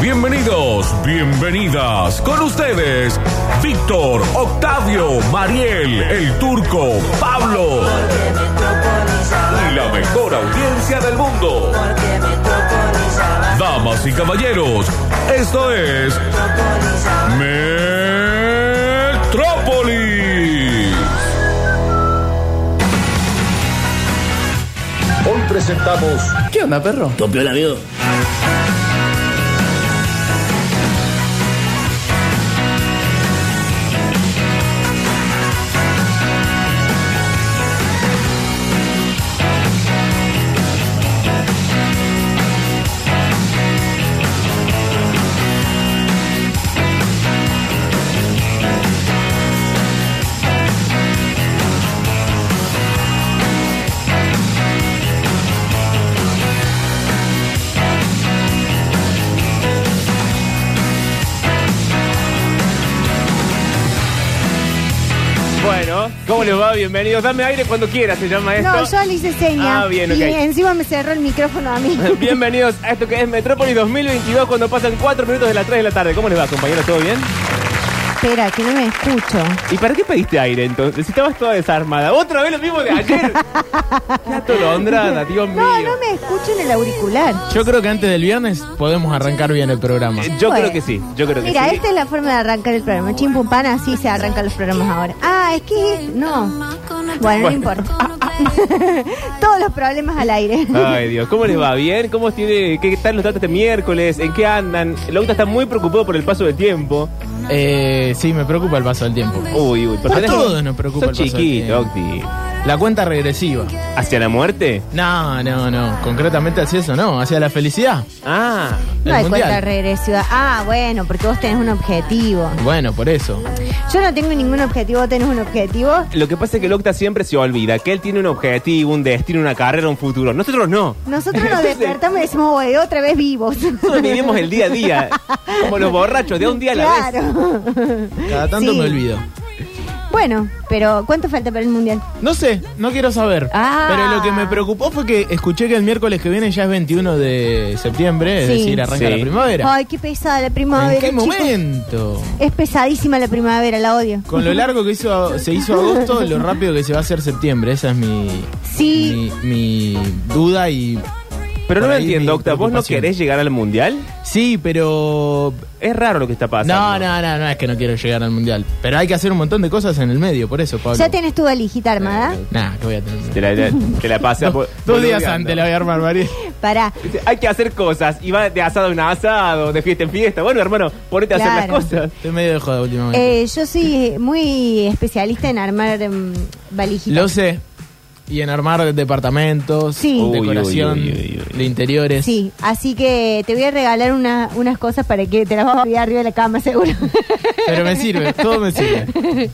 Bienvenidos, bienvenidas. Con ustedes, Víctor, Octavio, Mariel, el turco, Pablo. Y la mejor audiencia del mundo. Damas y caballeros, esto es Metrópolis. Hoy presentamos ¿Qué onda, perro? Topió el amigo. Bueno, ¿cómo les va? Bienvenidos. Dame aire cuando quiera, se llama esto. No, yo le hice señas. Ah, bien, Y ok. encima me cerró el micrófono a mí. Bienvenidos a esto que es Metrópolis 2022 cuando pasan 4 minutos de las 3 de la tarde. ¿Cómo les va, compañeros? ¿Todo bien? Espera, que no me escucho. ¿Y para qué pediste aire entonces? Si estabas toda desarmada. Otra vez lo mismo de ayer. Qué atolondrada, Dios mío. No, no me escucho en el auricular. Yo creo que antes del viernes podemos arrancar bien el programa. Eh, Yo creo que sí, yo creo que Mira, este- sí. esta es la forma de arrancar el programa. Chim pum, pan, así se arrancan los programas ahora. Ah, es que no. Bueno, no importa. Ah, Todos los problemas al aire. Ay, Dios, ¿cómo les va? ¿Bien? ¿Cómo tiene, qué tal los datos de miércoles? ¿En qué andan? Lauta está muy preocupado por el paso del tiempo. Eh, sí, me preocupa el paso del tiempo. Uy, uy, A todos nos preocupa Sos el paso del chiquito, Octi. tiempo. La cuenta regresiva. ¿Hacia la muerte? No, no, no. Concretamente hacia eso, no. Hacia la felicidad. Ah, No El hay mundial. cuenta regresiva. Ah, bueno, porque vos tenés un objetivo. Bueno, por eso. Yo no tengo ningún objetivo, vos tenés un objetivo. Lo que pasa es que el Octa siempre se olvida que él tiene un objetivo, un destino, una carrera, un futuro. Nosotros no. Nosotros nos Entonces, despertamos y decimos, "Oye, otra vez vivos. Nosotros vivimos el día a día, como los borrachos, de un día a la vez. Claro. Cada tanto Sí. me olvido. Bueno, pero ¿cuánto falta para el mundial? No sé, no quiero saber. Ah. Pero lo que me preocupó fue que escuché que el miércoles que viene ya es 21 de septiembre, es Sí. decir, arranca Sí. la primavera. Ay, qué pesada la primavera. ¿En qué chicos. momento? Es pesadísima la primavera, la odio. Con lo largo que hizo, se hizo agosto, lo rápido que se va a hacer septiembre, esa es mi, Sí. mi, mi duda y... Pero no por lo ahí entiendo, mi Octa. ¿Vos no preocupación. querés llegar al mundial? Sí, pero... Es raro lo que está No, pasando. no, no, no es que no quiero llegar al mundial. Pero hay que hacer un montón de cosas en el medio, por eso, Pablo. ¿Ya tienes tu valijita armada? Nah, que voy a Te tener... la, te la pasé Dos, por- dos días boludeando. antes la voy a armar, María. Pará. Dice, Hay que hacer cosas. Y va de asado en asado, de fiesta en fiesta. Bueno, hermano, ponete a hacer Claro. las cosas. Estoy medio de joda últimamente. Eh, yo soy muy especialista en armar mm, valijitas. Lo sé. Y en armar departamentos, Sí. Uy, uy, decoración uy, uy, uy. de interiores. Sí, así que te voy a regalar una- unas cosas para que te las vas a olvidar arriba de la cama, seguro. Pero me sirve, todo me sirve.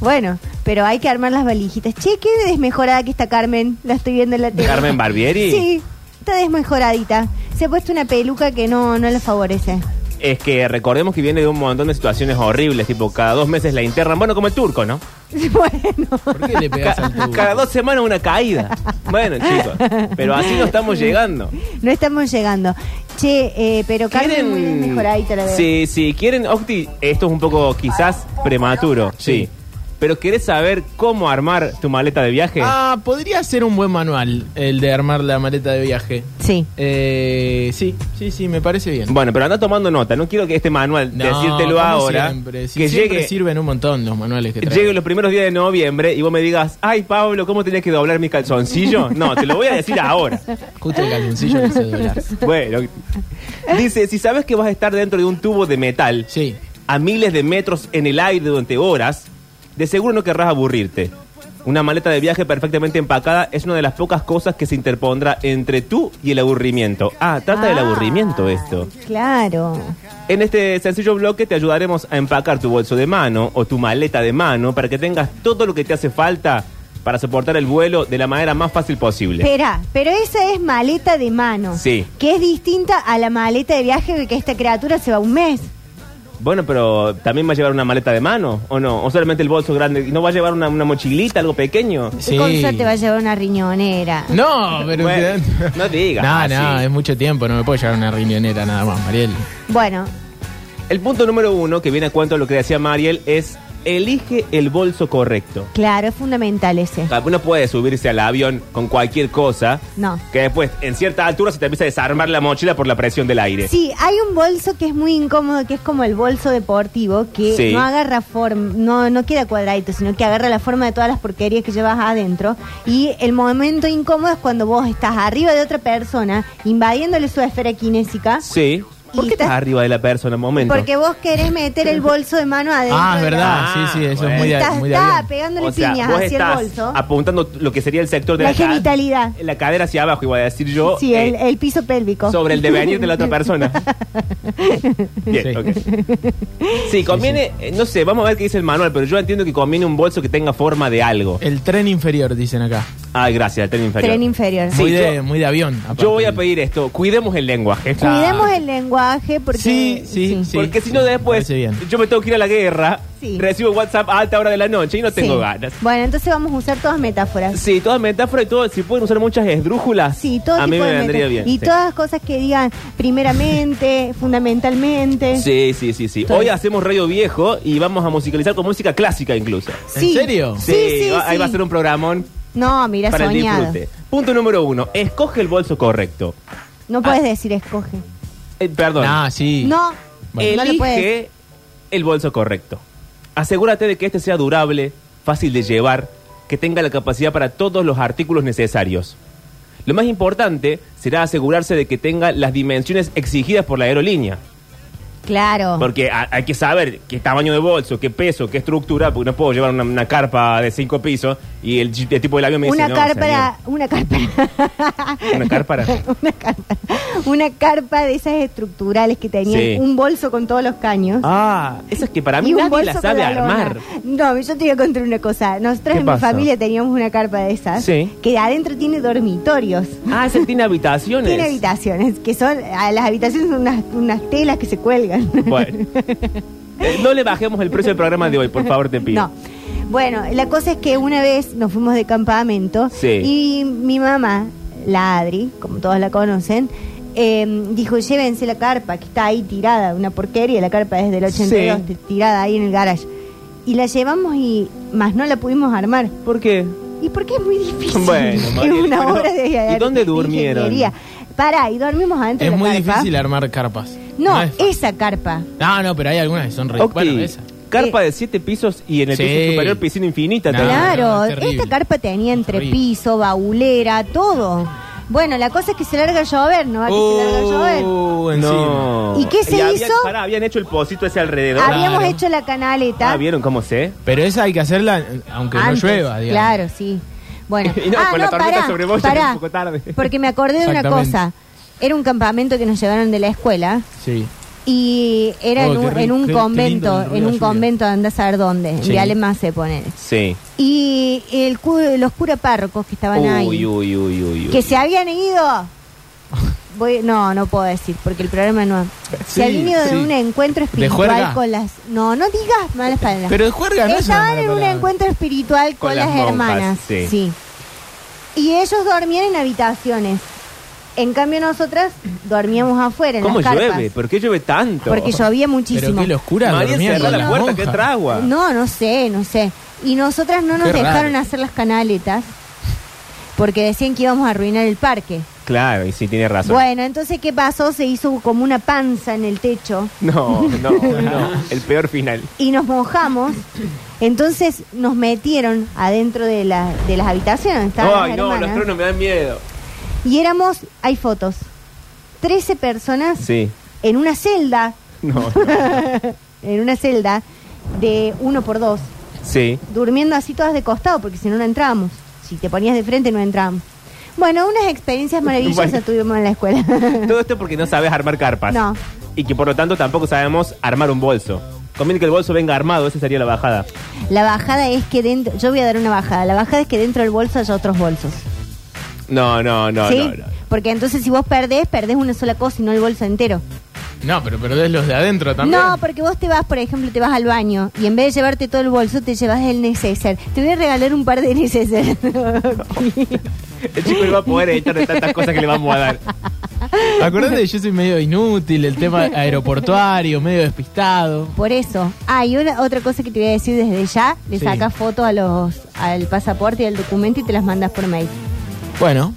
bueno, pero hay que armar las valijitas. Che, qué desmejorada que está Carmen. La estoy viendo en la tele. Carmen Barbieri. Sí, está desmejoradita. Se ha puesto una peluca que no, no la favorece. Es que recordemos que viene de un montón de situaciones horribles, tipo cada dos meses la internan, bueno, como el turco, ¿no? Bueno. ¿Por qué le pegas al Ca- tubo? cada dos semanas una caída. Bueno, chicos, pero así no estamos llegando. No estamos llegando. Che, eh, pero Carmen muy desmejoradita la veo. Sí, sí, quieren, Octi, esto es un poco quizás prematuro, sí. Sí. Pero ¿querés saber cómo armar tu maleta de viaje? Ah, podría ser un buen manual el de armar la maleta de viaje. Sí. Eh, sí, sí, sí, me parece bien. Bueno, pero anda tomando nota, no quiero que este manual, No, decírtelo como ahora, siempre, sí, que siempre llegue, sirven un montón los manuales que traen. llegue los primeros días de noviembre y vos me digas, ay Pablo, ¿cómo tenía que doblar mi calzoncillo? No, te lo voy a decir ahora. Justo el calzoncillo que se doblar. Bueno, dice, si sabes que vas a estar dentro de un tubo de metal Sí. a miles de metros en el aire durante horas, de seguro no querrás aburrirte. Una maleta de viaje perfectamente empacada es una de las pocas cosas que se interpondrá entre tú y el aburrimiento. Ah, trata del Ah, aburrimiento esto. Claro. En este sencillo bloque te ayudaremos a empacar tu bolso de mano o tu maleta de mano para que tengas todo lo que te hace falta para soportar el vuelo de la manera más fácil posible. Espera, pero esa es maleta de mano. Sí. Que es distinta a la maleta de viaje de que esta criatura se va un mes. Bueno, pero también va a llevar una maleta de mano, ¿o no? ¿O solamente el bolso grande? ¿No va a llevar una, una mochilita, algo pequeño? Sí. Con suerte va a llevar una riñonera. No, pero. Bueno, no digas No, así. no, es mucho tiempo. No me puedo llevar una riñonera nada más, Mariel. Bueno, El punto número uno, que viene a cuento de lo que decía Mariel, es elige el bolso correcto. claro, es fundamental ese. Uno puede subirse al avión con cualquier cosa, No. que después, en cierta altura, se te empieza a desarmar la mochila por la presión del aire. Sí, hay un bolso que es muy incómodo, que es como el bolso deportivo, que Sí. no agarra forma, no, no queda cuadradito, sino que agarra la forma de todas las porquerías que llevas adentro. Y el momento incómodo es cuando vos estás arriba de otra persona, invadiéndole su esfera kinésica. Sí. ¿Por Y qué está- estás arriba de la persona? Un momento. Porque vos querés meter el bolso de mano adentro. Ah, es de la- verdad. sí, sí, eso es muy de, Estás muy de está, avión. pegándole O sea, piñas vos hacia el estás bolso. apuntando lo que sería el sector de La la, ca- genitalidad. La cadera hacia abajo, iba a decir yo. Sí, el, eh, el piso pélvico. sobre el devenir de la otra persona. Bien, Sí. ok. Sí, conviene, eh, no sé, vamos a ver qué dice el manual, pero yo entiendo que conviene un bolso que tenga forma de algo. El tren inferior, dicen acá. Ah, gracias, el tren inferior. Eh. Tren inferior. Sí, muy, de, yo- muy de avión. aparte. Yo voy a pedir esto, cuidemos el lenguaje. Claro. Cuidemos el lenguaje porque... Sí, Ah, sí, sí. Porque si no después, Parece bien. yo me tengo que ir a la guerra, Sí. recibo WhatsApp a alta hora de la noche y no tengo Sí. ganas. Bueno, entonces vamos a usar todas metáforas. Sí, todas metáforas y todo, si pueden usar muchas esdrújulas, Sí, todo a mí tipo me de vendría metáforas. bien. Y sí. todas las cosas que digan primeramente, fundamentalmente. Sí, sí, sí, sí. Todo. Hoy hacemos Radio Viejo y vamos a musicalizar con música clásica incluso. ¿En Sí. serio? Sí, sí, va- ahí sí. va a ser un programón No, mira, para soñado. el disfrute. Punto número uno, escoge el bolso correcto. No Ah. puedes decir escoge. Eh, perdón. Ah, sí. No, Bueno. no lo puedes. Elige el bolso correcto. Asegúrate de que este sea durable, fácil de llevar, que tenga la capacidad para todos los artículos necesarios. Lo más importante será asegurarse de que tenga las dimensiones exigidas por la aerolínea. Claro. Porque ha- hay que saber qué tamaño de bolso, qué peso, qué estructura, porque no puedo llevar una, una carpa de cinco pisos y el, chi- el tipo del avión me dice, Una "No, carpa, una carpa, señor, Una carpa. una carpa, una carpa de esas estructurales que tenían Sí. un bolso con todos los caños. Ah, eso es que para mí y un nadie bolso la con sabe la lona. armar. No, yo te voy a contar una cosa. Nosotros ¿Qué en pasa? mi familia teníamos una carpa de esas Sí. que adentro tiene dormitorios. Ah, ese tiene habitaciones. Tiene habitaciones, que son, a las habitaciones son unas, unas telas que se cuelgan. Bueno. Eh, No le bajemos el precio del programa de hoy, por favor, te pido. No. Bueno, la cosa es que una vez nos fuimos de campamento Sí. y mi mamá, la Adri, como todos la conocen, eh, dijo, llévense la carpa que está ahí tirada, una porquería, la carpa desde el 82, Sí. tirada ahí en el garage. Y la llevamos y más no la pudimos armar. ¿Por qué? ¿Y por qué es muy difícil? Bueno, es Mariel, una pero- obra de ¿y de dónde durmieron? ingeniería. Pará, y dormimos adentro Es de la muy carpa. difícil armar carpas. ¿ah? No, es fácil. esa carpa. No, no, pero hay algunas que son re... Octi, Bueno, esa. carpa de siete pisos y en el Sí. piso superior piscina infinita. No. también. Claro, no, es terrible. esta carpa tenía entrepiso, Horrible. baulera, todo. Bueno, la cosa es que se larga a llover, ¿no? Va Ah, que se larga a llover. Uh, encima. No. ¿Y qué se habían- hizo? Ah, pará, habían hecho el pocito ese alrededor. Había- Habíamos Claro. hecho la canaleta. Ah, ¿vieron cómo sé? Pero esa hay que hacerla eh, aunque Antes, no llueva, digamos. Claro, sí. Bueno, Y no, ah, con la no, tormenta pará, sobre vos ya pará, era un poco tarde. Porque me acordé de una Exactamente. cosa. Era un campamento que nos llevaron de la escuela. Sí. Y era en, Oh, qué un, rico, en un qué- qué lindo convento, el ruido en de un lluvia. convento, anda a saber dónde, Sí. de Alemán se pone. Sí. Y el cu- los cura párrocos que estaban ahí, Uy, uy, uy, uy, uy. que se habían ido. Voy- no, no puedo decir, porque el programa no. Sí, se habían ido sí. de un encuentro espiritual juerga? con las. No, no digas malas palabras. Pero de juerga no es una Estaban mala en un palabra. encuentro espiritual con, Con las, las monjas, hermanas. sí. sí. Y ellos dormían en habitaciones. En cambio, nosotras dormíamos afuera, en ¿Cómo las carpas. llueve? ¿Por qué llueve tanto? Porque llovía Pero muchísimo. qué locura María dormían cerró con la las puerta, que monjas. entra agua. No, no sé, no sé. Y nosotras no nos Qué raro. dejaron hacer las canaletas porque decían que íbamos a arruinar el parque. Claro, y Ah, sí, tiene razón. Bueno, entonces, ¿qué pasó? Se hizo como una panza en el techo No, no, no. El peor final. y nos mojamos. Entonces nos metieron adentro de, la, de las habitaciones. donde Estaban Ay, las no, los hermanas. tronos me dan miedo. Y éramos, hay fotos, 13 personas Sí. en una celda, No, no. en una celda de uno por dos, Sí. durmiendo así todas de costado, porque si no, no entrábamos. Si te ponías de frente, no entrábamos. Bueno, unas experiencias maravillosas Bueno. tuvimos en la escuela. Todo esto porque no sabes armar carpas. No. Y que por lo tanto tampoco sabemos armar un bolso. Conviene que el bolso venga armado, esa sería la bajada. la bajada es que dentro, yo voy a dar una bajada, la bajada es que dentro del bolso haya otros bolsos. No, no, no, ¿Sí? no, no. Porque entonces si vos perdés, perdés una sola cosa y no el bolso entero. No, pero perdés los de adentro también. No, porque vos te vas, por ejemplo, te vas al baño y en vez de llevarte todo el bolso, te llevas el neceser. Te voy a regalar un par de neceser. El chico no va a poder editar de tantas cosas que le vamos a dar. Acuérdate, yo soy medio inútil, el tema aeroportuario, medio despistado. por eso. Ah, y una, otra cosa que te voy a decir desde ya, le Sí. sacas fotos a los, al pasaporte y al documento y te las mandas por mail. Bueno,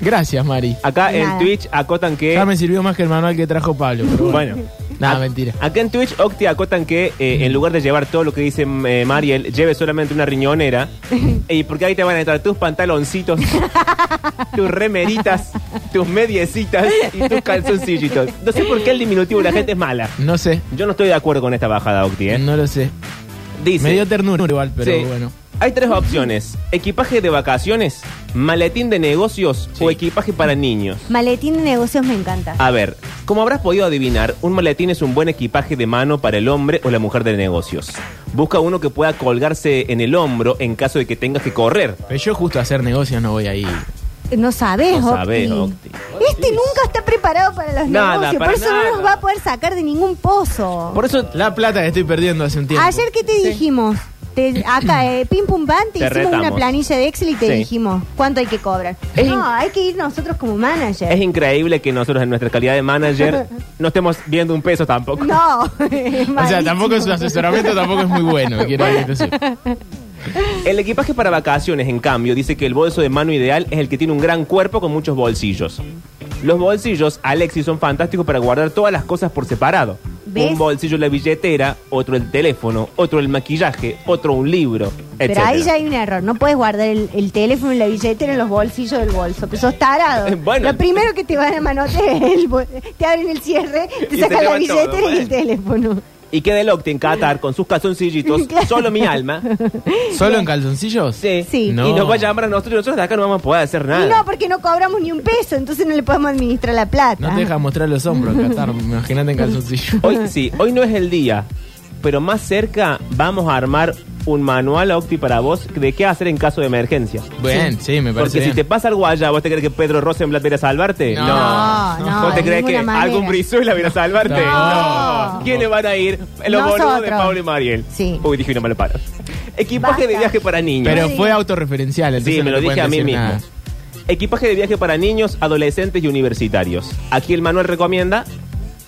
gracias, Mari. Acá en Nada. Twitch acotan que. Ya me sirvió más que el manual que trajo Pablo. pero bueno. Bueno. Nada, mentira. Acá en Twitch, Octi acotan que eh, en lugar de llevar todo lo que dice eh, Mariel, lleve solamente una riñonera. y porque ahí te van a entrar tus pantaloncitos, tus remeritas, tus mediecitas y tus calzoncillitos. No sé por qué el diminutivo de la gente es mala. No sé, Yo no estoy de acuerdo con esta bajada, Octi. ¿eh? no lo sé. Dice. Me dio ternura igual, pero Sí. bueno. Hay tres opciones: equipaje de vacaciones, maletín de negocios o equipaje para niños. Maletín de negocios me encanta. A ver, como habrás podido adivinar, un maletín es un buen equipaje de mano para el hombre o la mujer de negocios. Busca uno que pueda colgarse en el hombro en caso de que tengas que correr. Pero yo justo a hacer negocios no voy ahí. No sabes, No Octi. sabés, Octi. Este nunca está preparado para los Nada, negocios, para por eso nada. no nos va a poder sacar de ningún pozo. Por eso La plata que estoy perdiendo hace un tiempo. Ayer, ¿qué te dijimos? Te- acá, eh, pim pum pan, te, Te hicimos retamos. una planilla de Excel y te Sí. dijimos cuánto hay que cobrar. Es in- no, hay que ir nosotros como manager. es increíble que nosotros en nuestra calidad de manager no estemos viendo un peso tampoco. No. O sea, tampoco su asesoramiento tampoco es muy bueno. Quiero decir. El equipaje para vacaciones, en cambio, dice que el bolso de mano ideal es el que tiene un gran cuerpo con muchos bolsillos. Los bolsillos, Alexis, son fantásticos para guardar todas las cosas por separado. ¿Ves? Un bolsillo la billetera, otro el teléfono, otro el maquillaje, otro un libro, etc. Pero ahí ya hay un error. No puedes guardar el, el teléfono y la billetera en los bolsillos del bolso. Pero sos tarado. Bueno. Lo primero que te van a manotear es el bol- Te abren el cierre, Y te se sacan la llevan todo, billetera y el bueno. teléfono. Y queda el Octi en Qatar con sus calzoncillitos, Claro. solo mi alma. ¿Solo en calzoncillos? Sí. Sí. No. Y nos va a llamar a nosotros y nosotros de acá no vamos a poder hacer nada. Y no, porque no cobramos ni un peso, entonces no le podemos administrar la plata. No te dejas mostrar los hombros, Qatar. Imagínate en calzoncillos. Hoy sí, hoy no es el día, pero más cerca vamos a armar un manual Octi para vos de qué hacer en caso de emergencia. Bien, sí, me parece Porque si te bien. pasa algo allá, ¿vos te crees que Pedro Rosenblatt viene a salvarte? No. No, no, ¿Vos te de crees que ninguna manera. algún Brizuela viene a salvarte? No. No. ¿Quiénes van a ir? Los boludos de Nosotros. Pablo y Mariel. Sí. Uy, dije una mala palabra. Equipaje de Basta. viaje para niños. Pero Sí. fue autorreferencial. Sí, entonces me lo no te dije pueden a mí decir mismo. nada. Equipaje de viaje para niños, adolescentes y universitarios. Aquí el manual recomienda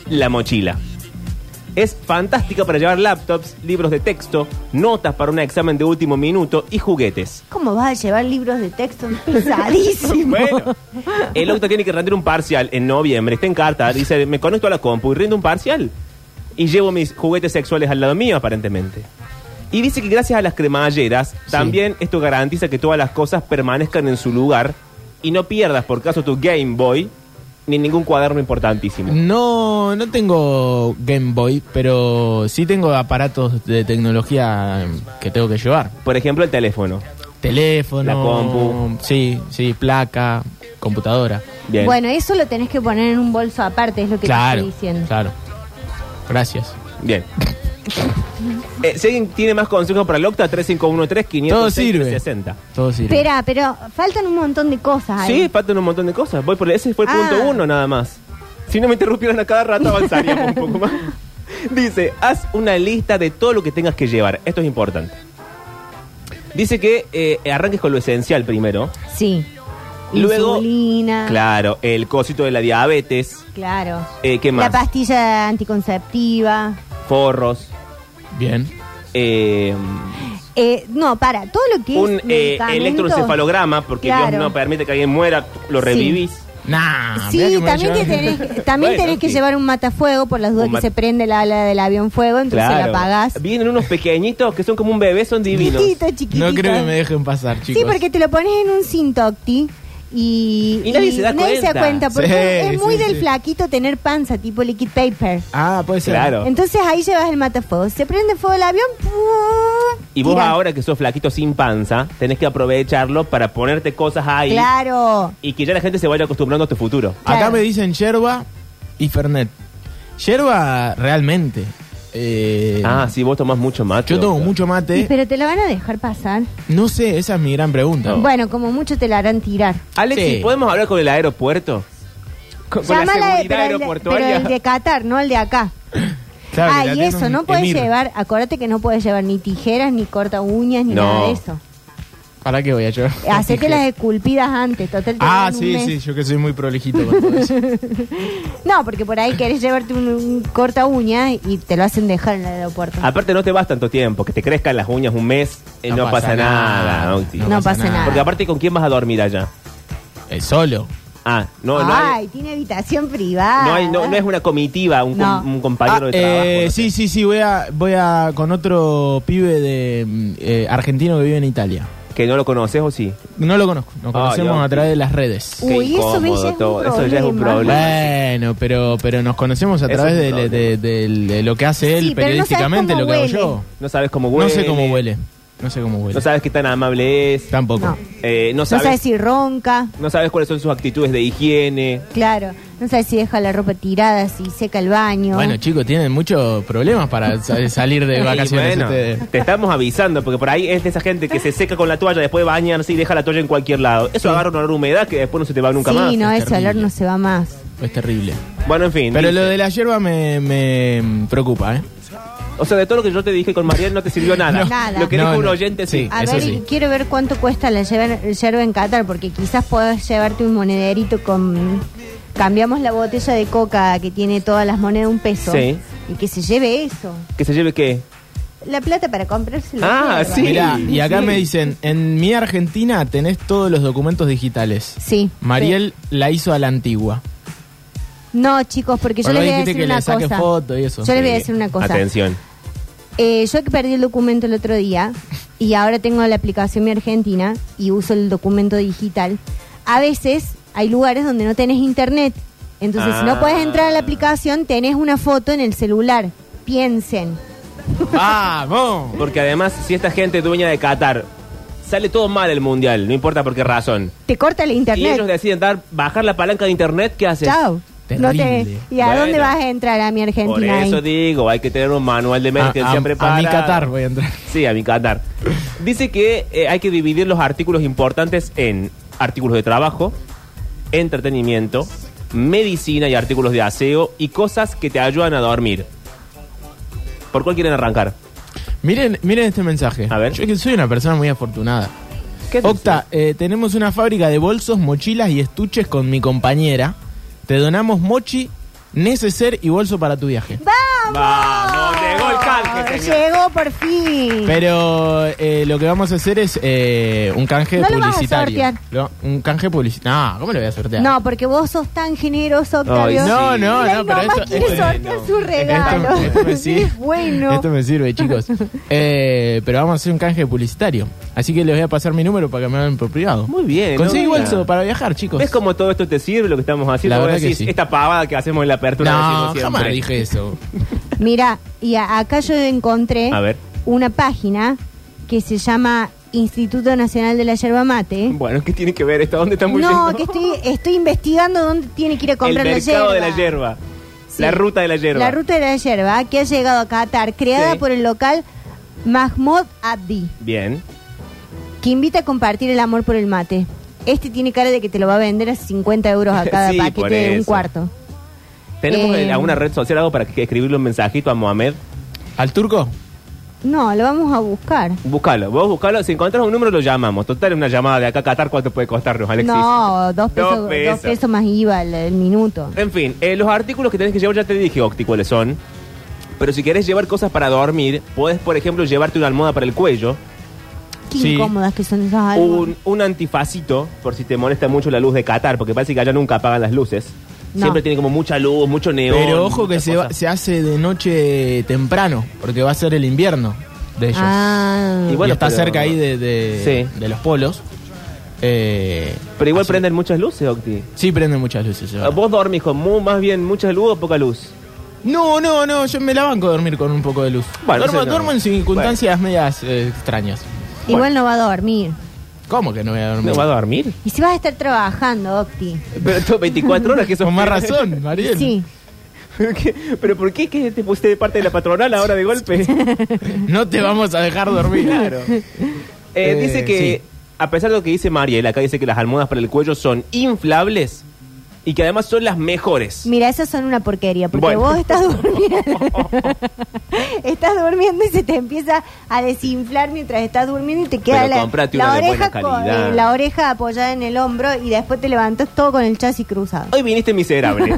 la mochila. Es fantástica para llevar laptops, libros de texto, notas para un examen de último minuto y juguetes. ¿Cómo vas a llevar libros de texto? Pesadísimo. Bueno, el octa tiene que rendir un parcial en noviembre. Está en carta, dice, me conecto a la compu y rindo un parcial. Y llevo mis juguetes sexuales al lado mío, aparentemente. Y dice que gracias a las cremalleras, también esto garantiza que todas las cosas permanezcan en su lugar y no pierdas, por caso, tu Game Boy ni ningún cuaderno Mm. importantísimo. No, no tengo Game Boy, pero sí tengo aparatos de tecnología mm, que tengo que llevar. Por ejemplo, el teléfono. Teléfono. La compu. Sí, sí, placa, computadora. Bien. Bueno, eso lo tenés que poner en un bolso aparte, es lo que claro, te estoy diciendo. claro. Gracias. Bien. Eh, si alguien tiene más consejos para el Octa, 3513 Todo 500 sirve. Todo sirve. Espera, pero faltan un montón de cosas ahí. Sí, faltan un montón de cosas. Voy por ese fue el Ah. punto uno nada más. Si no me interrumpieran a cada rato avanzaríamos un poco más. Dice, haz una lista de todo lo que tengas que llevar. Esto es importante. Dice que eh, arranques con lo esencial primero. Sí. Luego- Insulina. Claro, el cosito de la diabetes, Claro. Eh, ¿qué más? La pastilla anticonceptiva. forros, Bien. eh, Eh, no, para, todo lo que un es. eh, medicamentos- electroencefalograma, porque Claro. Dios no permite que alguien muera, lo Sí. revivís. Nah. Ah, mirá que Sí, me voy a también, te llevar- tenés, que- también Bueno, tenés que sí. llevar un matafuego por las dudas Un que mat- se prende la ala del avión fuego, entonces la apagás. Vienen unos pequeñitos que son como un bebé, son divinos. Chiquitito, chiquitito. No creo que me dejen pasar, chicos. Sí, porque te lo pones en un cintocti y, Y nadie se da nadie cuenta. cuenta, porque Sí, es muy sí, del sí. flaquito tener panza, tipo liquid paper. Ah, puede ser. Claro. Entonces ahí llevas el matafuego. Se prende fuego el avión. ¡pum! Y vos Tirás. ahora que sos flaquito sin panza, tenés que aprovecharlo para ponerte cosas ahí Claro. y que ya la gente se vaya acostumbrando a tu futuro. Acá Claro. me dicen yerba y Fernet. Yerba realmente. Eh, Ah, sí, vos tomás mucho mate. yo tomo doctor. mucho Y, mate. pero te la van a dejar pasar. No sé, esa es mi gran pregunta. Bueno, como mucho te la harán tirar. Alexis, Sí. ¿podemos hablar con el aeropuerto? Con, con la Llámala, seguridad pero el de- aeroportuaria. pero el de Qatar, no el de acá. Claro, ah, que la y tiene eso, un no puedes emir. llevar, acuérdate que no puedes llevar ni tijeras, ni corta uñas, ni No. nada de eso. ¿Para qué voy a llevar? Hacete las esculpidas antes, total. te Ah, dan un sí, mes. sí, yo que soy muy prolijito con todo eso. No, porque por ahí querés llevarte un, un corta uña y te lo hacen dejar en el aeropuerto. Aparte no te vas tanto tiempo, que te crezcan las uñas un mes, eh, no, pasa, nada. Octi. No pasa nada. Porque aparte, ¿con quién vas a dormir allá? Eh, solo. Ah, no, no Ay, hay, tiene habitación privada. no, hay- no- no es una comitiva, un, com- No. un compañero Ah, de trabajo. eh, no sé. sí, sí, sí, voy a, voy a con otro pibe de mm, eh, argentino que vive en Italia. ¿Que no lo conoces o sí? No lo conozco, Ah, nos conocemos Dios. a través de las redes. Qué Uy, eso, incómodo ves, ya es un todo, eso ya es un problema. problema. Bueno, pero, pero nos conocemos a Eso través es de, un de- de- de- de lo que hace él Sí, pero no sabes periodísticamente, cómo lo que hago huele. yo. No sabes cómo huele. No sé cómo huele. No sé cómo huele. No sabes qué tan amable es. Tampoco. No. Eh, no, No sabes. sabes, si ronca, no sabes cuáles son sus actitudes de higiene. claro. No sabes si deja la ropa tirada, si seca el baño. Bueno, chicos, tienen muchos problemas para sa- salir Y de vacaciones. este bueno, ustedes. te estamos avisando, porque por ahí es de esa gente que se seca con la toalla, después bañarse y deja la toalla en cualquier lado. Eso agarra un olor a humedad que después no se te va nunca sí, más. no, es ese olor terrible. no se va más. Es terrible. Bueno, en fin. Pero dice. lo de la hierba me, me preocupa, ¿eh? O sea, de todo lo que yo te dije con Mariel no te sirvió nada. No. Nada. Lo que No, dijo un no. oyente, sí. Sí. A Eso ver, sí. y quiero ver cuánto cuesta la yerba yerba en Qatar, porque quizás puedas llevarte un monederito con... Cambiamos la botella de coca que tiene todas las monedas un peso Sí. y que se lleve eso. ¿Que se lleve qué? La plata para comprarse la Ah, yerba. Sí, Mirá, y acá sí. me dicen, en mi Argentina tenés todos los documentos digitales. Sí. Mariel la hizo a la antigua. No, chicos, porque yo Por les ahí voy a dijiste decir que una le saquen cosa. foto y eso. Yo les voy a Sí. decir una cosa. Eh, Atención. Eh, yo que perdí el documento el otro día y ahora tengo la aplicación Mi Argentina y uso el documento digital. A veces hay lugares donde no tenés internet. Entonces, si Ah. no puedes entrar a la aplicación, tenés una foto en el celular. Piensen. ¡Vamos! Porque además, si esta gente dueña de Qatar sale todo mal el mundial, no importa por qué razón. Te corta el Y ellos internet. deciden dar, bajar la palanca de internet, ¿qué haces? Chao. No te, Terrible. ¿Y a Bueno. dónde vas a entrar a mi Por Argentina? eso ahí? digo, hay que tener un manual de A, emergencia a- a preparado. mi Qatar voy a entrar. Sí, a mi Qatar. Dice que eh, hay que dividir los artículos importantes en artículos de trabajo, entretenimiento, medicina y artículos de aseo y cosas que te ayudan a dormir. ¿Por cuál quieren arrancar? Miren, miren este mensaje. A ver. Yo que soy una persona muy afortunada. ¿Qué Octa, eh, tenemos una fábrica de bolsos, mochilas y estuches con mi compañera. Te donamos mochi, neceser y bolso para tu viaje. ¡Vamos! Vamos, llegó el canje, señor. Ah, Llegó por fin. Pero eh, lo que vamos a hacer es eh, un canje No lo vas a publicitario. sortear. Lo- un canje publicitario. No, ¿cómo lo voy a sortear? No, porque vos sos tan generoso, Octavio. Ay, No, sí. no, Mira, no, mi pero mamá esto, quiere esto- sortear su regalo. esto- esto me sirve. Es bueno. Esto me sirve, chicos. Eh, pero vamos a hacer un canje publicitario. Así que les voy a pasar mi número para que me hablen por privado. Muy bien, Conseguí no, mira. bolso para viajar, chicos. ¿Ves cómo todo esto te sirve lo que estamos haciendo? La Vos verdad que decís, sí. Esta pavada que hacemos en la apertura No, decimos jamás siempre. dije eso. Mira, y a- acá yo encontré A ver. una página que se llama Instituto Nacional de la Yerba Mate. Bueno, ¿qué tiene que ver esto? ¿A ¿Dónde estamos No, yendo? que estoy, estoy investigando dónde tiene que ir a comprar El la mercado yerba. de la hierba. Sí. La ruta de la hierba. La ruta de la yerba que ha llegado a Qatar, creada Sí. por el local Mahmoud Abdi, Bien. que invita a compartir el amor por el mate. Este tiene cara de que te lo va a vender a 50 euros a cada Sí, por paquete de un eso. cuarto. ¿Tenemos Eh, alguna red social algo para que escribirle un mensajito a Mohamed? ¿Al turco? No, lo vamos a buscar. Búscalo, vos buscalo. Si encontrás un número, lo llamamos. Total, una llamada de acá a Qatar, ¿cuánto puede costarnos, Alexis? No, dos pesos, Dos dos pesos. pesos. más IVA el, el minuto. En fin, eh, los artículos que tenés que llevar ya te dije, Octi, cuáles son. Pero si querés llevar cosas para dormir, podés, por ejemplo, llevarte una almohada para el cuello, Qué sí. incómodas que son esas almas. un, un antifacito, por si te molesta mucho la luz de Qatar, porque parece que allá nunca apagan las luces. No. Siempre tiene como mucha luz, mucho neón. Pero ojo que muchas se, va- cosas. se hace de noche temprano, porque va a ser el invierno de ellos. Ah. Y Y bueno, está pero- cerca ahí de, de- Sí. de los polos. Eh, Pero igual así- prenden muchas luces, Octi. Sí, prenden muchas luces. es verdad. Vos dormís con mu- más bien mucha luz o poca luz. No, no, no, yo me la banco a dormir con un poco de luz. Bueno, duermo, eso no. duermo en circunstancias medias eh, extrañas. Igual no va a dormir. ¿Cómo que no voy a dormir? ¿No va a dormir? Y si vas a estar trabajando, Opti. Pero todo 24 horas que eso Con más razón, Mariel. Sí. ¿Pero, qué? ¿Pero por qué que te pusiste de parte de la patronal ahora de golpe? No te vamos a dejar dormir. Eh, dice Eh, que, sí. a pesar de lo que dice Mariel, acá dice que las almohadas para el cuello son inflables y que además son las mejores. Mira, esas son una porquería, porque Bueno. vos estás durmiendo. estás durmiendo y se te empieza a desinflar mientras estás durmiendo y te queda Pero la, comprate la una de oreja buena co- calidad. eh, la oreja apoyada en el hombro y después te levantas todo con el chasis cruzado. Hoy viniste miserable.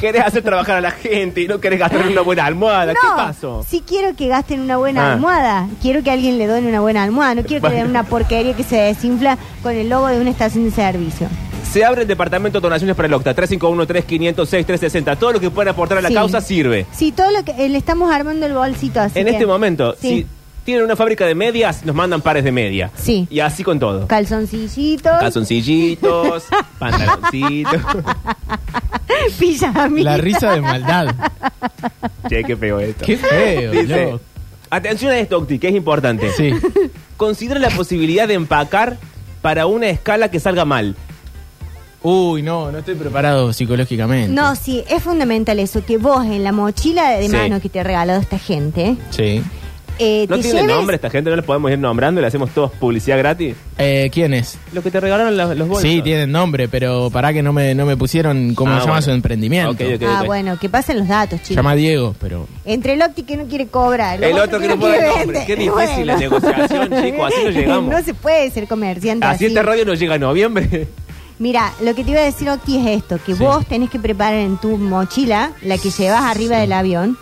querés hacer trabajar a la gente y no querés gastar en una buena almohada. ¿Qué pasó? si quiero que gasten una buena Ah. almohada, quiero que alguien le done una buena almohada, no quiero que le den Bueno. una porquería que se desinfla con el logo de una estación de servicio. Se abre el departamento de donaciones para el Octa. 351-3506-360. Todo lo que puedan aportar a la Sí. causa sirve. Sí, todo lo que eh, le estamos armando el bolsito así. en que- este momento, Sí. si tienen una fábrica de medias, nos mandan pares de medias. Sí. Y así con todo. Calzoncillitos, Calzoncillitos, pantaloncitos. pijamitas. La risa de maldad. che, qué feo esto. Qué feo, Dice, loco. atención a esto, Octi, que es importante. Sí. Considera la posibilidad de empacar para una escala que salga mal. Uy, no, no estoy preparado psicológicamente. No, sí, es fundamental eso, que vos en la mochila de Sí. mano que te ha regalado esta gente, Sí. eh, No te tiene lleves- nombre esta gente, no la podemos ir nombrando, le hacemos todos publicidad gratis. Eh, ¿Quién es? Lo que te regalaron la- los bolsos. Sí, tienen nombre, pero para que no me, no me pusieron cómo Ah, se llama bueno. su emprendimiento. Ok, ok. Ah, bueno, que pasen los datos, Se chicos. llama Diego, pero... Entre el Octi que no quiere cobrar, El otro que no pone quiere nombre. vender. Qué difícil la negociación, chicos, así no llegamos. No se puede ser comerciante Así así. esta radio nos llega a noviembre. Mira, lo que te iba a decir, Octi, es esto, que Sí. vos tenés que preparar en tu mochila, la que llevas arriba del avión,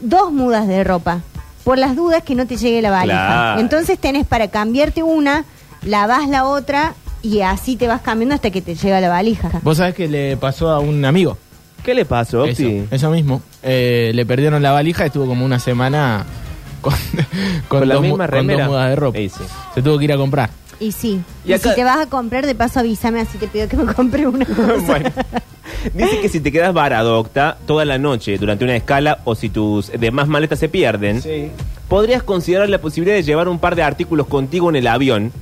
dos mudas de ropa, por las dudas que no te llegue la valija. Claro. Entonces tenés para cambiarte una, lavas la otra y así te vas cambiando hasta que te llega la valija. Vos sabés que le pasó a un amigo. ¿Qué le pasó, Eso, Octi? eso mismo. Eh, le perdieron la valija, estuvo como una semana con, con Con la dos, mu- misma con remera. dos mudas de ropa. Eh, sí. Se tuvo que ir a comprar. Y sí. Y Y, acá- si te vas a comprar, de paso avísame, así te pido que me compre una. cosa. bueno. Dice que si te quedas varado, Octa, toda la noche durante una escala o si tus demás maletas se pierden, podrías considerar la posibilidad de llevar un par de artículos contigo en el avión.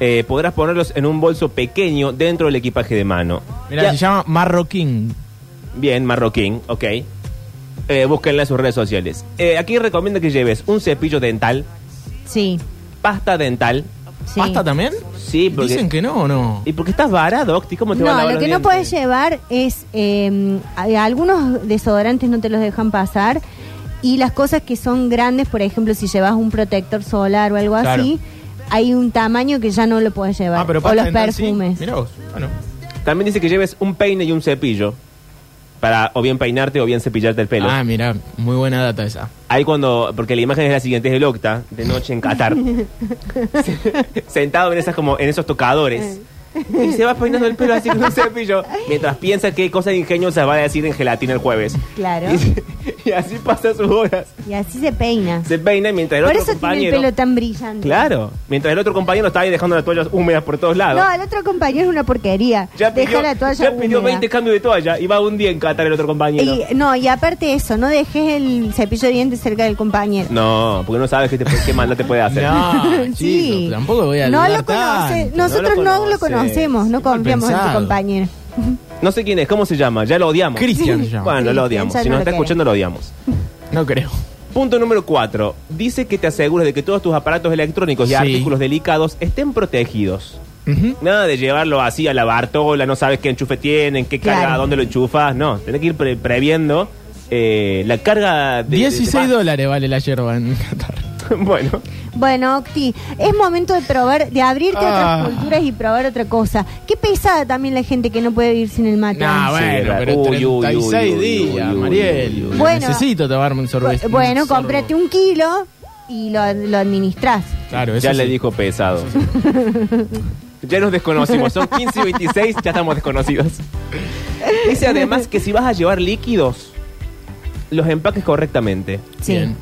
Eh, podrás ponerlos en un bolso pequeño dentro del equipaje de mano. Mira, Ya- se llama Marroquín. Bien, marroquín, ok. Eh, búsquenla en sus redes sociales. Eh, aquí recomienda que lleves un cepillo dental, Sí. pasta dental. sí. ¿Pasta también? Sí, porque... Dicen que no o no. ¿Y porque estás varado, Octi? ¿Cómo te va a No, lavar lo los que no dientes? puedes llevar es eh, a- algunos desodorantes no te los dejan pasar y las cosas que son grandes, por ejemplo, si llevas un protector solar o algo Claro. así, hay un tamaño que ya no lo puedes llevar Ah, pero o pasta los dental sí. perfumes. Mirá vos. Bueno. También dice que lleves un peine y un cepillo para o bien peinarte o bien cepillarte el pelo. Ah, mira, muy buena data esa. Ahí cuando, porque la imagen es la siguiente, es el Octa, de noche en Qatar. Se- Sentado en esas como en esos tocadores. Eh. Y se va peinando el pelo así con un cepillo. Mientras piensa qué cosas ingeniosas va a decir en gelatina el jueves. Claro. Y, se- y así pasa sus horas. Y así se peina. Se peina mientras el por otro eso tiene el compañero. pelo tan brillante. claro. Mientras el otro compañero está ahí dejando las toallas húmedas por todos lados. No, el otro compañero es una porquería. ya Deja pidió, la ya toalla pidió húmeda. 20 cambios de toalla y va un día en Qatar el otro compañero. Y, no, y aparte eso, no dejes el cepillo de dientes cerca del compañero. No, porque no este sabes qué, te, qué mal no te puede hacer. No, Sí. Ah, chicos, tampoco voy a No dudar lo conoce, tanto. nosotros no lo, No lo conocemos, no Qué mal confiamos en tu pensado. compañero. No sé quién es, ¿cómo se llama? Ya lo odiamos. Cristian se llama. Bueno, lo Cristian, odiamos. ya Si no nos lo está queremos. escuchando, lo odiamos. No creo. Punto número 4. Dice que te asegures de que todos tus aparatos electrónicos y Sí. artículos delicados estén protegidos. Ujú. Nada de llevarlo así a la bartola, no sabes qué enchufe tienen, qué carga, Claro. dónde lo enchufas. No, tenés que ir pre- previendo eh, la carga de. de- 16 de- dólares vale la yerba en Qatar. bueno, Bueno, Octi, es momento de probar, de abrirte a Ah. otras culturas y probar otra cosa. Qué pesada también la gente que no puede vivir sin el mate. Nah, Sí, bueno, era- pero Uy, uy, 36 uy, días, uy, uy, Mariel. uy, uy. Bueno. Necesito tomarme un Bu- sorbeto. bueno, cómprate un kilo y lo, lo administrás. Claro, eso ya le sí. dijo pesado. ya nos desconocimos, son 15 y 26, ya estamos desconocidos. Dice además que si vas a llevar líquidos, los empaques correctamente. Sí. Bien.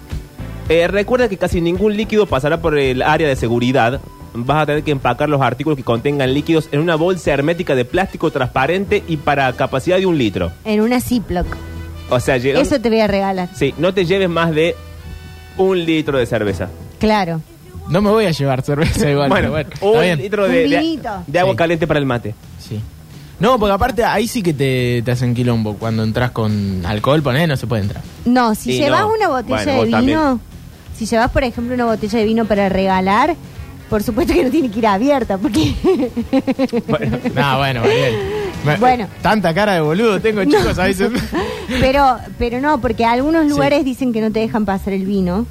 Eh, recuerda que casi ningún líquido pasará por el área de seguridad. Vas a tener que empacar los artículos que contengan líquidos en una bolsa hermética de plástico transparente y para capacidad de un litro. En una Ziploc. O sea, lle- Eso te voy a regalar. sí, no te lleves más de un litro de cerveza. Claro. No me voy a llevar cerveza igual. bueno, pero bueno, un está bien. litro Un de, de, vinito. de agua Sí. caliente para el mate. Sí. No, porque aparte ahí sí que te, te hacen quilombo. Cuando entras con alcohol, poné, no se puede entrar. No, si Y llevas no. una botella Bueno, vos de vino, también. si llevas, por ejemplo, una botella de vino para regalar, por supuesto que no tiene que ir abierta, porque Bueno. No, bueno, Mariel. Me- Bueno. Tanta cara de boludo tengo, chicos, a veces. Pero, pero no, porque algunos lugares dicen que no te dejan pasar el vino.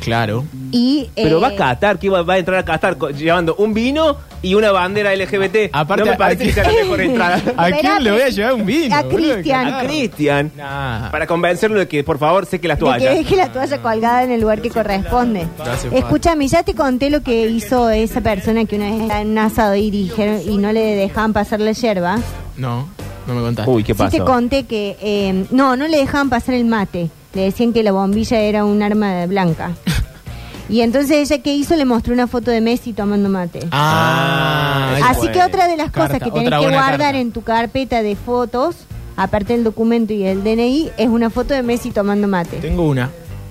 claro. Y, Pero eh, va a Qatar, que va, va a entrar a Qatar co- llevando un vino y una bandera LGBT. Aparte, no me parece aquí- que sea la mejor entrada. ¿A Verá, quién le voy a pero- llevar un vino? a boludo? Cristian. A Cristian, Nah. para convencerlo de que por favor seque las de que toallas. deje la toalla colgada en el lugar que corresponde. No hace falta. Escúchame, ya te conté lo que hizo esa persona que una vez estaba en un asado y dijeron y no le dejaban pasar la yerba. No, no me contaste. Uy, ¿qué Sí te pasó? conté que eh, no, no le dejaban pasar el mate. Le decían que la bombilla era un arma blanca. y entonces ella qué hizo le mostró una foto de Messi tomando mate. Ah, ahí Así fue. que otra de las Carta, cosas que tenés otra que buena guardar carta. en tu carpeta de fotos, aparte del documento y el DNI, es una foto de Messi tomando mate. Tengo una.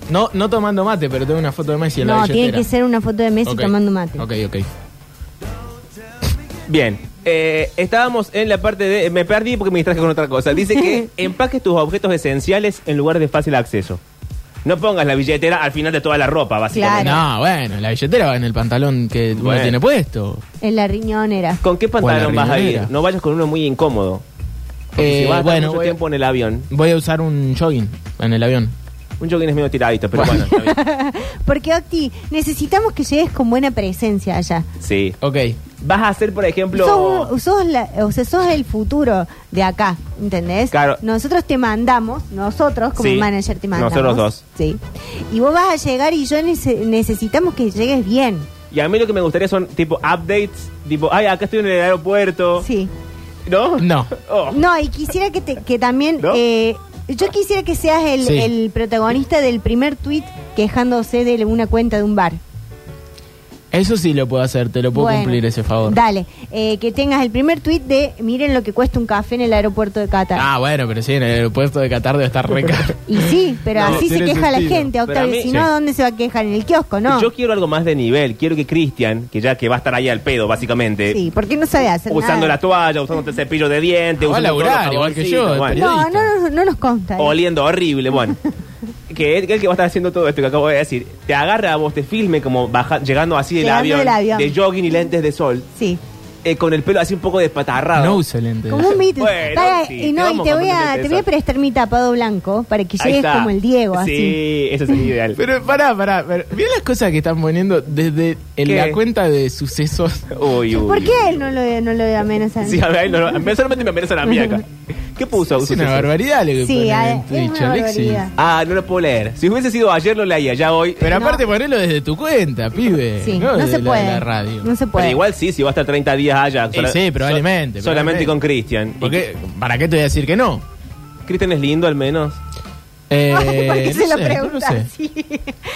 No, no tomando mate, pero tengo una foto de Messi en la No, billetera. tiene que ser una foto de Messi Ok. tomando mate. Ok, ok. Bien. eh, estábamos en la parte de. Me perdí porque me distraje con otra cosa. Dice que empaques tus objetos esenciales en lugares de fácil acceso. No pongas la billetera al final de toda la ropa, básicamente. Claro. No, bueno, la billetera va en el pantalón que uno Bueno. tiene puesto. En la riñonera. ¿Con qué O pantalón en la vas a ir? riñonera. No vayas con uno muy incómodo. Porque Eh, si vas a estar bueno, mucho voy, tiempo en el avión. voy a usar un jogging en el avión. Un jogging es medio tiradito, pero bueno. Bueno. está bien. Porque, Octi, necesitamos que llegues con buena presencia allá. Sí. Ok. Vas a hacer, por ejemplo. Sos, sos la- o sea, sos el futuro de acá, ¿entendés? Claro. Nosotros te mandamos, nosotros como Sí. manager te mandamos. Nosotros dos. Sí. Y vos vas a llegar y yo nece- necesitamos que llegues bien. Y a mí lo que me gustaría son tipo updates, tipo, ay, acá estoy en el aeropuerto. Sí. ¿No? No. Oh. No, y quisiera que, te- que también... ¿No? eh, yo quisiera que seas el, Sí. el protagonista del primer tweet quejándose de una cuenta de un bar. Eso sí lo puedo hacer, te lo puedo Bueno, cumplir ese favor. Dale, eh, que tengas el primer tuit de miren lo que cuesta un café en el aeropuerto de Qatar. Ah, bueno, pero sí, en el aeropuerto de Qatar debe estar re caro. Y sí, pero No, así se tiene queja la sentido. gente, Pero Octavio. a mí- si no, Sí. ¿a dónde se va a quejar? En el kiosco, ¿no? Yo quiero algo más de nivel. Quiero que Cristian, que ya que va a estar ahí al pedo, básicamente. Sí, porque no sabe hacer eh, Usando la nada. toalla, usando el cepillo de dientes, Ah, Va a usando todos laburar, los igual que jaboncitos, yo, bueno. No, la- no, no, no nos consta. eh. oliendo horrible, bueno. Que él, que él que va a estar haciendo todo esto que acabo de decir, te agarra a vos, te filme como baja, llegando así del, Llegando avión, del avión. de jogging y lentes de sol, Sí. eh, con el pelo así un poco despatarrado. No uso lentes. Como un mito. Bueno, Para- sí, y no, te y vamos te voy, a, contándote te voy a eso. prestar mi tapado blanco para que Ahí llegues está. como el Diego, así. Sí, eso sería ideal. Pero pará, pará. Pero, mirá las cosas que están poniendo desde en ¿Qué? la cuenta de sucesos. uy, uy, ¿Por uy. qué a él no lo, no lo amenazan? Sí, a ver, no, no, solamente me amenazan a mí acá. ¿Qué puso? Es una Sucesos? barbaridad lo que Sí, ponen a- en es Twitch, una Alexis. barbaridad. Ah, no lo puedo leer. Si hubiese sido ayer lo leía, ya hoy. Pero, Pero Eh, No. aparte ponelo desde tu cuenta, pibe. Sí, no, no, desde se la- puede. La, radio. No se puede. igual sí, si va a estar 30 días allá. Eh, sí, Solamente probablemente, probablemente. con Cristian. Porque, ¿para qué te voy a decir que no? Cristian es lindo al menos. Eh, Ay, ¿Por qué se no lo sé, no lo preguntas? sé. Sí.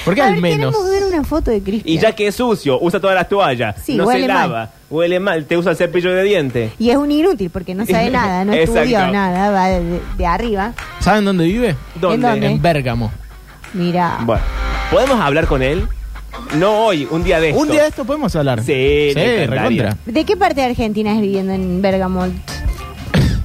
¿Por qué A al ver, menos? Queremos ver una foto de Cristian. Y ya que es sucio, usa todas las toallas. Sí, no huele se mal. lava, huele mal, te usa el cepillo de diente. Y es un inútil porque no sabe nada, no estudió Exacto. nada, va de, de- de arriba. ¿Saben dónde vive? ¿Dónde? ¿En dónde? En Bérgamo. Mira. Bueno, ¿podemos hablar con él? No hoy, un día de esto. Un día de esto podemos hablar. Sí, me encantaría. recontra. ¿De qué parte de Argentina es viviendo en Bérgamo?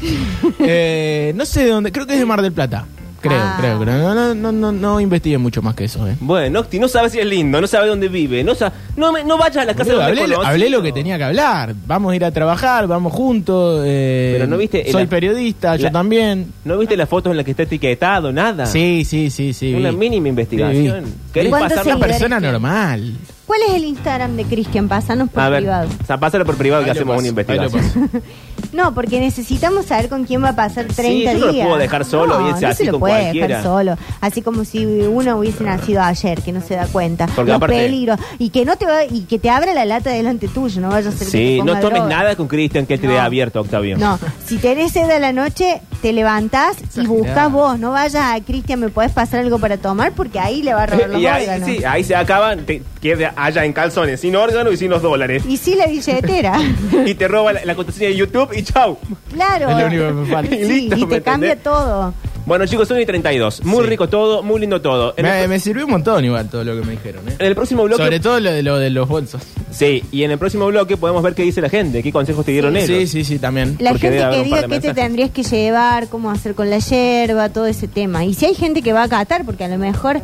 Eh, no sé de dónde, creo que es de Mar del Plata. Creo, Ah. creo, creo. No, no, no, no, no investigué mucho más que eso, eh. Bueno, Octi, no sabe si es lindo, no sabe dónde vive, no sa- no, me- no vayas a la casa Boludo, de hablé, conoces. hablé lo que tenía que hablar. Vamos a ir a trabajar, vamos juntos. eh, Pero no viste el- Soy periodista, yo la- también. ¿No viste las fotos en las que está etiquetado? Nada. Sí, sí, sí, sí. Ah. Una vi. mínima investigación. Sí, ¿Querés ¿Cuántos pasarla Una seguidores persona tiene? normal. ¿Cuál es el Instagram de Cristian? Pásanos por A ver, privado. o sea, pásala por privado que Ahí lo hacemos paso, una investigación. ahí lo paso. No, porque necesitamos saber con quién va a pasar 30 yo días. no lo puedo dejar solo, no, y ese no así se lo con puede cualquiera. Ah. dejar solo. Así como si uno hubiese nacido ayer, que no se da cuenta. Porque Los aparte- peligros. Y que no te va, y que te abra la lata delante tuyo, no vayas a ser que te Sí, ponga no tomes droga. nada con Cristian que él te No. dé abierto, Octavio. No, si tenés sed a la noche, te levantás y Exagerado. buscas vos. No vayas a Cristian, ¿me podés pasar algo para tomar? Porque ahí le va a robar los y ahí, órganos. sí, ah. ahí se acaban, te queda allá en calzones, sin órgano y sin los dólares. Y sí, la billetera. y te roba la, la contraseña de YouTube y chau. claro. Es lo único que me falta. Sí, Listo, y ¿me te cambia entendés? todo. Bueno, chicos, son y 32. Muy Sí. rico todo, muy lindo todo. En, Me, el, me sirvió un montón igual todo lo que me dijeron, eh. en el próximo bloque. Sobre todo lo de, lo de los bolsos. Sí, y en el próximo bloque podemos ver qué dice la gente, qué consejos te dieron ellos. Sí, sí, sí, también. La Porque debe gente haber un par que diga de qué te mensajes. tendrías que llevar, cómo hacer con la hierba, todo ese tema. Y si hay gente que va a catar, porque a lo mejor eh,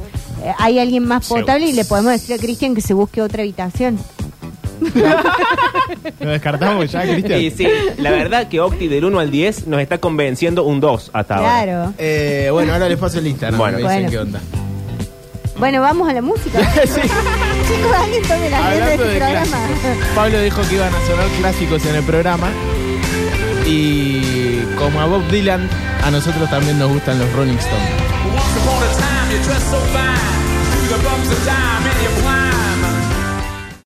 hay alguien más Seguro. potable y le podemos decir a Cristian que se busque otra habitación. Lo descartamos ya, Cristian. Y sí, la verdad que Octi del 1 al 10 nos está convenciendo un 2 hasta ahora. Claro. Eh, bueno, ahora les paso el Instagram. Bueno. me dicen Bueno. qué onda. Bueno, vamos a la música. Sí. Chicos, alguien tome las riendas de Hablando este de programa. clásicos, Pablo dijo que iban a sonar clásicos en el programa. Y como a Bob Dylan, a nosotros también nos gustan los Rolling Stones.